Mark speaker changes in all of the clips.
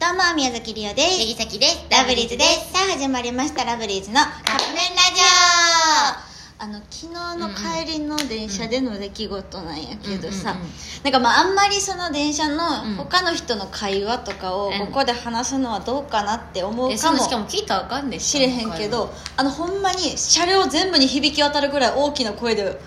Speaker 1: どうも、宮崎りおで
Speaker 2: ネ
Speaker 1: す。
Speaker 2: ギサキです
Speaker 1: ラブリーズです。さあ、始まりました、ラブリーズのカップ麺ラジオあの、昨日の帰りの電車での出来事なんやけど
Speaker 2: うん
Speaker 1: さ
Speaker 2: うんうん、
Speaker 1: なんかまあ、あんまりその電車
Speaker 2: うん
Speaker 1: の他の人の会話とかを
Speaker 2: う
Speaker 1: こ
Speaker 2: ん
Speaker 1: こで話すのはどうかなって思う
Speaker 2: え
Speaker 1: か
Speaker 2: そん
Speaker 1: も
Speaker 2: なしかも聞いたらあかんねん
Speaker 1: しれへんけど、あの、ほんまに車両全部に響き渡るぐらい大きな声で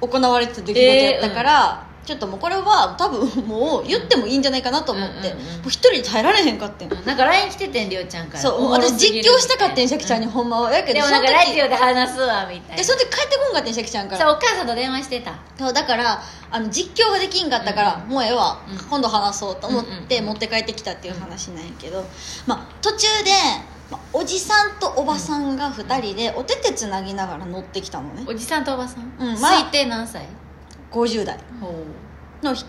Speaker 1: 行われてた出来事やったから、ちょっともうこれは多分もう言ってもいいんじゃないかなと思って、
Speaker 2: うんうんうんうん
Speaker 1: もう一人で耐えられへんかってん
Speaker 2: うんなんか LINE 来ててんりょうちゃんから
Speaker 1: そうもう
Speaker 2: おもろ
Speaker 1: 私
Speaker 2: すぎ
Speaker 1: 実
Speaker 2: る
Speaker 1: 況したかってんシャキちゃんに
Speaker 2: う
Speaker 1: ほんまはやけど
Speaker 2: でもなんか
Speaker 1: その
Speaker 2: ラ
Speaker 1: 時
Speaker 2: ジオで話すわみたい
Speaker 1: で
Speaker 2: な
Speaker 1: その時帰ってこんかってんシャキちゃんか
Speaker 2: そう
Speaker 1: ら
Speaker 2: お母さんと電話してた
Speaker 1: そうだからあの実況ができんかったから、もうええわ、
Speaker 2: うん
Speaker 1: 今度話そうと思っ
Speaker 2: うんうん
Speaker 1: て
Speaker 2: うん
Speaker 1: 持って帰ってきたっていう話なんやけど、まあ、途中で、まあ、おじさんとおばさんが2人でお手手つなぎながら乗ってきたのね
Speaker 2: おじさんとおばさん、
Speaker 1: うんまあ
Speaker 2: 推定何歳
Speaker 1: 50代
Speaker 2: ほ
Speaker 1: の人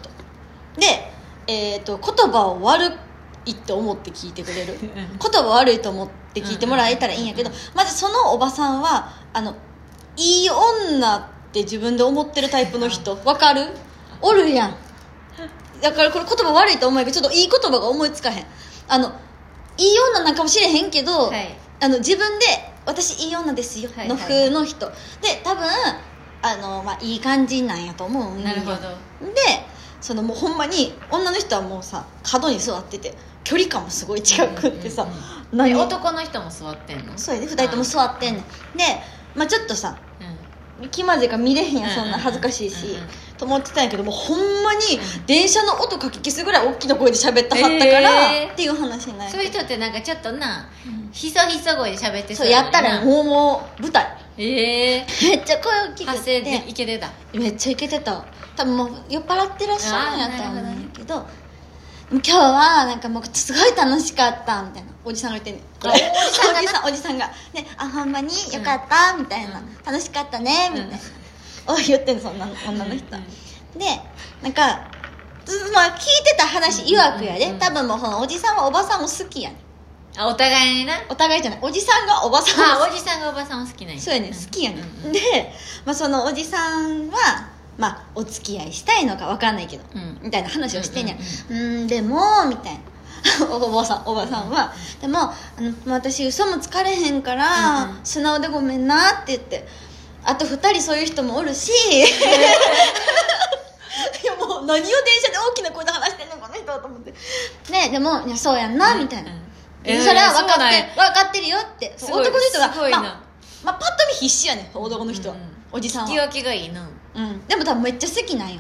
Speaker 1: で、えー、と言葉を悪いって思って聞いてく れる言葉悪いと思って聞いてもらえたらいいんやけど
Speaker 2: うん
Speaker 1: まずそのおばさんはあのいい女って自分で思ってるタイプの人わかるおるやんだからこれ言葉悪いと思うけどちょっといい言葉が思いつかへんあのいい女なんかもしれへんけど、
Speaker 2: はい
Speaker 1: あの自分で「私いい女ですよ」
Speaker 2: はい
Speaker 1: の風の人、で多分あの、まあ、いい感じなんやと思うん
Speaker 2: う
Speaker 1: よ
Speaker 2: なるほど
Speaker 1: でそのもうほんまに女の人はもうさ角に座ってて距離感もすごい近くってさ、
Speaker 2: うんうんうん
Speaker 1: 何
Speaker 2: え男の人も座ってんの
Speaker 1: そうやで2人とも座ってんねんで、まあ、ちょっとさ
Speaker 2: うん
Speaker 1: 気まずいから見れへんやん
Speaker 2: うんうん
Speaker 1: そんな恥ずかしいし、
Speaker 2: うんうん
Speaker 1: と思ってたんやけどもうほんまに電車の音かき消すぐらい大きな声で喋ったはったから、
Speaker 2: えー
Speaker 1: っていう話になる
Speaker 2: そういう人ってなんかちょっとな
Speaker 1: うん
Speaker 2: ひそひそ声で喋って
Speaker 1: そうやったら
Speaker 2: う
Speaker 1: もうもう舞台
Speaker 2: ええ
Speaker 1: めっちゃ声大き
Speaker 2: ー、
Speaker 1: く
Speaker 2: 発
Speaker 1: て
Speaker 2: 声でいけてた
Speaker 1: めっちゃイケてた多分もう酔っ払ってらっしゃるんやったん
Speaker 2: あーなる
Speaker 1: や
Speaker 2: ほどね
Speaker 1: けどでも今日はなんかもうすごい楽しかったみたいなおじさんが言ってんねん
Speaker 2: あおじさんが
Speaker 1: おじさんおじさんが「ねあほんまによかった」みたいな、
Speaker 2: うん
Speaker 1: 楽しかったね」みたいな、おい言ってんのそんな女の人、
Speaker 2: うん
Speaker 1: でなんかつまあ聞いてた話いわくやで、
Speaker 2: うんうんうん
Speaker 1: 多分もうそのおじさんはおばさんも好きやねん
Speaker 2: あお互いにな
Speaker 1: お互いじゃないおじさんがおばさんも好き
Speaker 2: あおじさんがおばさんも好きなんや
Speaker 1: そうやね好きやね、
Speaker 2: うん
Speaker 1: んで、まあ、そのおじさんは、まあ、お付き合いしたいのか分かんないけど、
Speaker 2: うん
Speaker 1: みたいな話をしてんね
Speaker 2: うん
Speaker 1: うんでもみたいな おばさんおばさんは、でもあのもう私嘘もつかれへんから、
Speaker 2: うんうん
Speaker 1: 素直でごめんなって言ってあと2人そういう人もおるし いやもう何を電車で大きな声で話してんのこの人はと思ってねでもいやそうやんなみたいな、
Speaker 2: うん
Speaker 1: で
Speaker 2: えー
Speaker 1: それは分か
Speaker 2: そうなんや
Speaker 1: って分かってるよって
Speaker 2: す
Speaker 1: 男
Speaker 2: ご
Speaker 1: の
Speaker 2: い
Speaker 1: 人が
Speaker 2: すごいな
Speaker 1: まあまあ、パッと見必死やね男の人は、
Speaker 2: うんうん
Speaker 1: おじさん
Speaker 2: 引き
Speaker 1: は、
Speaker 2: 分けがいいな
Speaker 1: うん、でも多分めっちゃ好きなんよ、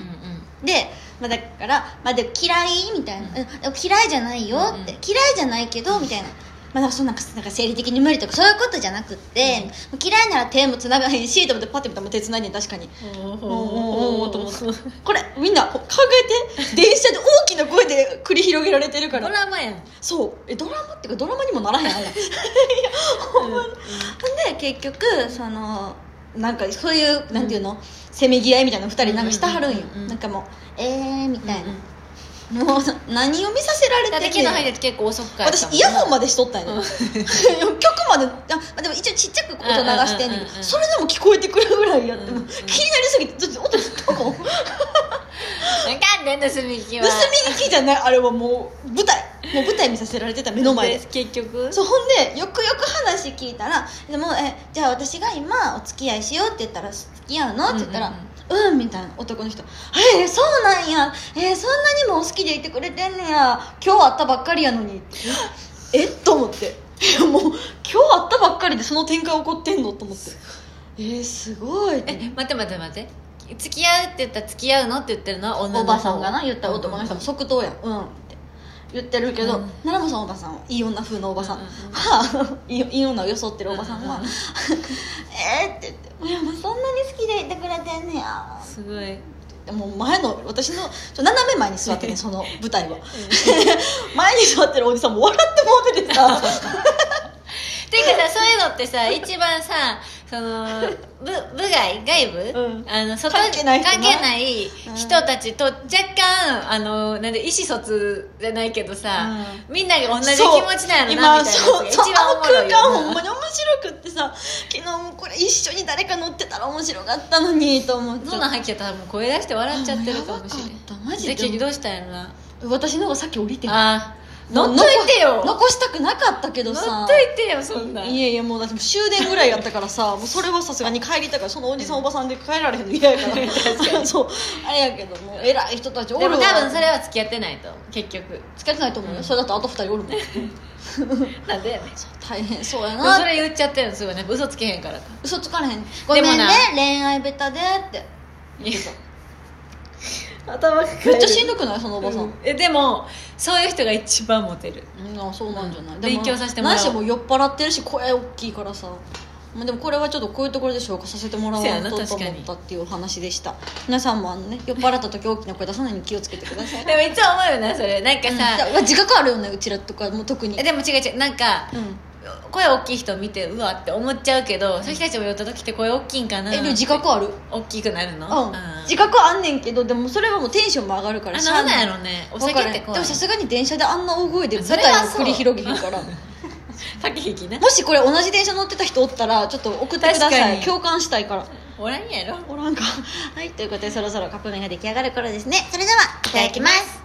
Speaker 2: う
Speaker 1: で、まあ、だから、まあ、で嫌いみたいな、
Speaker 2: うん
Speaker 1: うん嫌いじゃないよって、
Speaker 2: うんうん
Speaker 1: 嫌いじゃないけどみたいな、まあ、だからそんなんかなんか生理的に無理とかそういうことじゃなくって、嫌いなら手もつながへんしと思ってパッて見たらもう手つないでん確かに
Speaker 2: んうん
Speaker 1: おーおーおーおーと思って
Speaker 2: こ
Speaker 1: これみんな考えて電車で大きな声で繰り広げられてるか
Speaker 2: ド
Speaker 1: ら
Speaker 2: ラマやん
Speaker 1: そうえドラマっていうかドラマにもならへんあん なんで結局そのなんかそういうなんていうの、せめぎ合いみたいなの2人なんかしてはるんよ、
Speaker 2: うんうんうんうん
Speaker 1: なんかもうえーみたい
Speaker 2: うん
Speaker 1: な、もう何を見させられ
Speaker 2: だって
Speaker 1: て
Speaker 2: 昨
Speaker 1: んね
Speaker 2: 日
Speaker 1: ん
Speaker 2: 入って結構遅く帰ったもん
Speaker 1: 私イヤホンまでしとったんや、ね
Speaker 2: うん
Speaker 1: 曲まであでも一応ちっちゃく音流してんねん
Speaker 2: うんうん
Speaker 1: けど
Speaker 2: うんうん
Speaker 1: それでも聞こえてくるぐらいやって、
Speaker 2: うんうんうん
Speaker 1: 気になりすぎてちょっと音ずっとこう盗み
Speaker 2: なんで盗み聞きは
Speaker 1: 聞きじゃないあれはもう舞台もう舞台見させられてた目の前で
Speaker 2: 結局
Speaker 1: そうほんでよくよく話聞いたら「でもえじゃあ私が今お付き合いしよう」って言ったら「付き合うの?」って言ったら「うんみたいな男の人「えー、そうなんやえー、そんなにもお好きでいてくれてんねや今日会ったばっかりやのに」えっと思っていやもう今日会ったばっかりでその展開起こってんのと思ってえー、すごいって
Speaker 2: え待って待って待って付き合うって言ったら付き合うのって言ってるのは女
Speaker 1: お
Speaker 2: の方
Speaker 1: ばさんがな言ったら男の人も即答やんうんって言ってるけど、
Speaker 2: うん
Speaker 1: 奈良間さんおばさんいい女風のおばさん
Speaker 2: うんうんうん
Speaker 1: はい いいい女を装ってるおばさんは「
Speaker 2: うんうんうん
Speaker 1: えっ?」って言って「いやもうそんなに好きでいてくれてんねや
Speaker 2: すごい」
Speaker 1: でもう前の私のちょ斜め前に座 ってねその舞台は 前に座ってるおじさんも笑ってもうててさ
Speaker 2: ていうかさそういうのってさ一番さその部部外外部、
Speaker 1: うん
Speaker 2: あの外
Speaker 1: 関係ない人な
Speaker 2: 関係ない人たちと若干あのなんで意思疎通じゃないけどさ、みんなが同じ気持ちなんやろなみたいなや
Speaker 1: 今
Speaker 2: つ
Speaker 1: そう
Speaker 2: が
Speaker 1: そう
Speaker 2: 一
Speaker 1: あ
Speaker 2: 番お
Speaker 1: の
Speaker 2: もろ
Speaker 1: 空
Speaker 2: いよな
Speaker 1: 間ほんまに面白くってさ昨日もこれ一緒に誰か乗ってたら面白かったのにと思って
Speaker 2: そんなん入っちゃったらもう声出して笑っちゃってるかもしれ
Speaker 1: あやばかったマ
Speaker 2: ん
Speaker 1: ジで
Speaker 2: で結局どうしたんやろな
Speaker 1: 私の方がさっき降りてん
Speaker 2: あー乗っといてよ乗っ
Speaker 1: 残したくなかったけどさ
Speaker 2: といてよそんない
Speaker 1: やいやもうだって終電ぐらいやったから さもうそれはさすがに帰りたいからそのおじさんおばさんで帰られへんの嫌やから そうあれやけども偉い人たちお
Speaker 2: で
Speaker 1: る
Speaker 2: も
Speaker 1: わ
Speaker 2: 多分それは付き合ってないと結局
Speaker 1: 使ってないと思うよ、それだとあと二人お るもん
Speaker 2: なんでやねん
Speaker 1: 大変そうや
Speaker 2: でも
Speaker 1: な
Speaker 2: それ言っちゃってるのすごいね嘘つけへんからか
Speaker 1: 嘘つかれへんごめんね
Speaker 2: でもな
Speaker 1: 恋愛ベタでって
Speaker 2: いや頭が
Speaker 1: めっちゃしんどくないそのおばさん、
Speaker 2: うんえでもそういう人が一番モテる
Speaker 1: うんあそうなんじゃない、
Speaker 2: うん
Speaker 1: でも
Speaker 2: 勉強させてもらおう
Speaker 1: 何しても酔っ払ってるし声大きいからさまあでもこれはちょっとこういうところで消化させてもらおう
Speaker 2: せやな
Speaker 1: とと
Speaker 2: 確か
Speaker 1: 思
Speaker 2: に
Speaker 1: ったっていうお話でした皆さんもあのね酔っ払った時大きな声出さないように気をつけてください
Speaker 2: で もいつも思うよなそれなんかさ、
Speaker 1: うん自覚あるよねうちらとかも特に
Speaker 2: えでも違う違うなんか
Speaker 1: うん
Speaker 2: 声大きい人見てうわって思っちゃうけどさきたちも寄った時って声大きいんかな
Speaker 1: えでも自覚ある
Speaker 2: 大きくなるの
Speaker 1: うん自覚あんねんけどでもそれはもうテンションも上がるか
Speaker 2: あ
Speaker 1: ら
Speaker 2: の
Speaker 1: しゃあ
Speaker 2: なん
Speaker 1: ない
Speaker 2: やろねお
Speaker 1: わ
Speaker 2: 酒
Speaker 1: かる
Speaker 2: って
Speaker 1: で
Speaker 2: 怖
Speaker 1: も
Speaker 2: い
Speaker 1: さすがに電車であんな大声で舞台を繰り広げへんから
Speaker 2: さっき引きね
Speaker 1: もしこれ同じ電車乗ってた人おったらちょっと送ってくださ
Speaker 2: 確か
Speaker 1: い
Speaker 2: に
Speaker 1: 共感したいから
Speaker 2: おらんやろ
Speaker 1: おらんかはいということでそろそろカップ麺が出来上がる頃ですねそれではい
Speaker 2: ただきます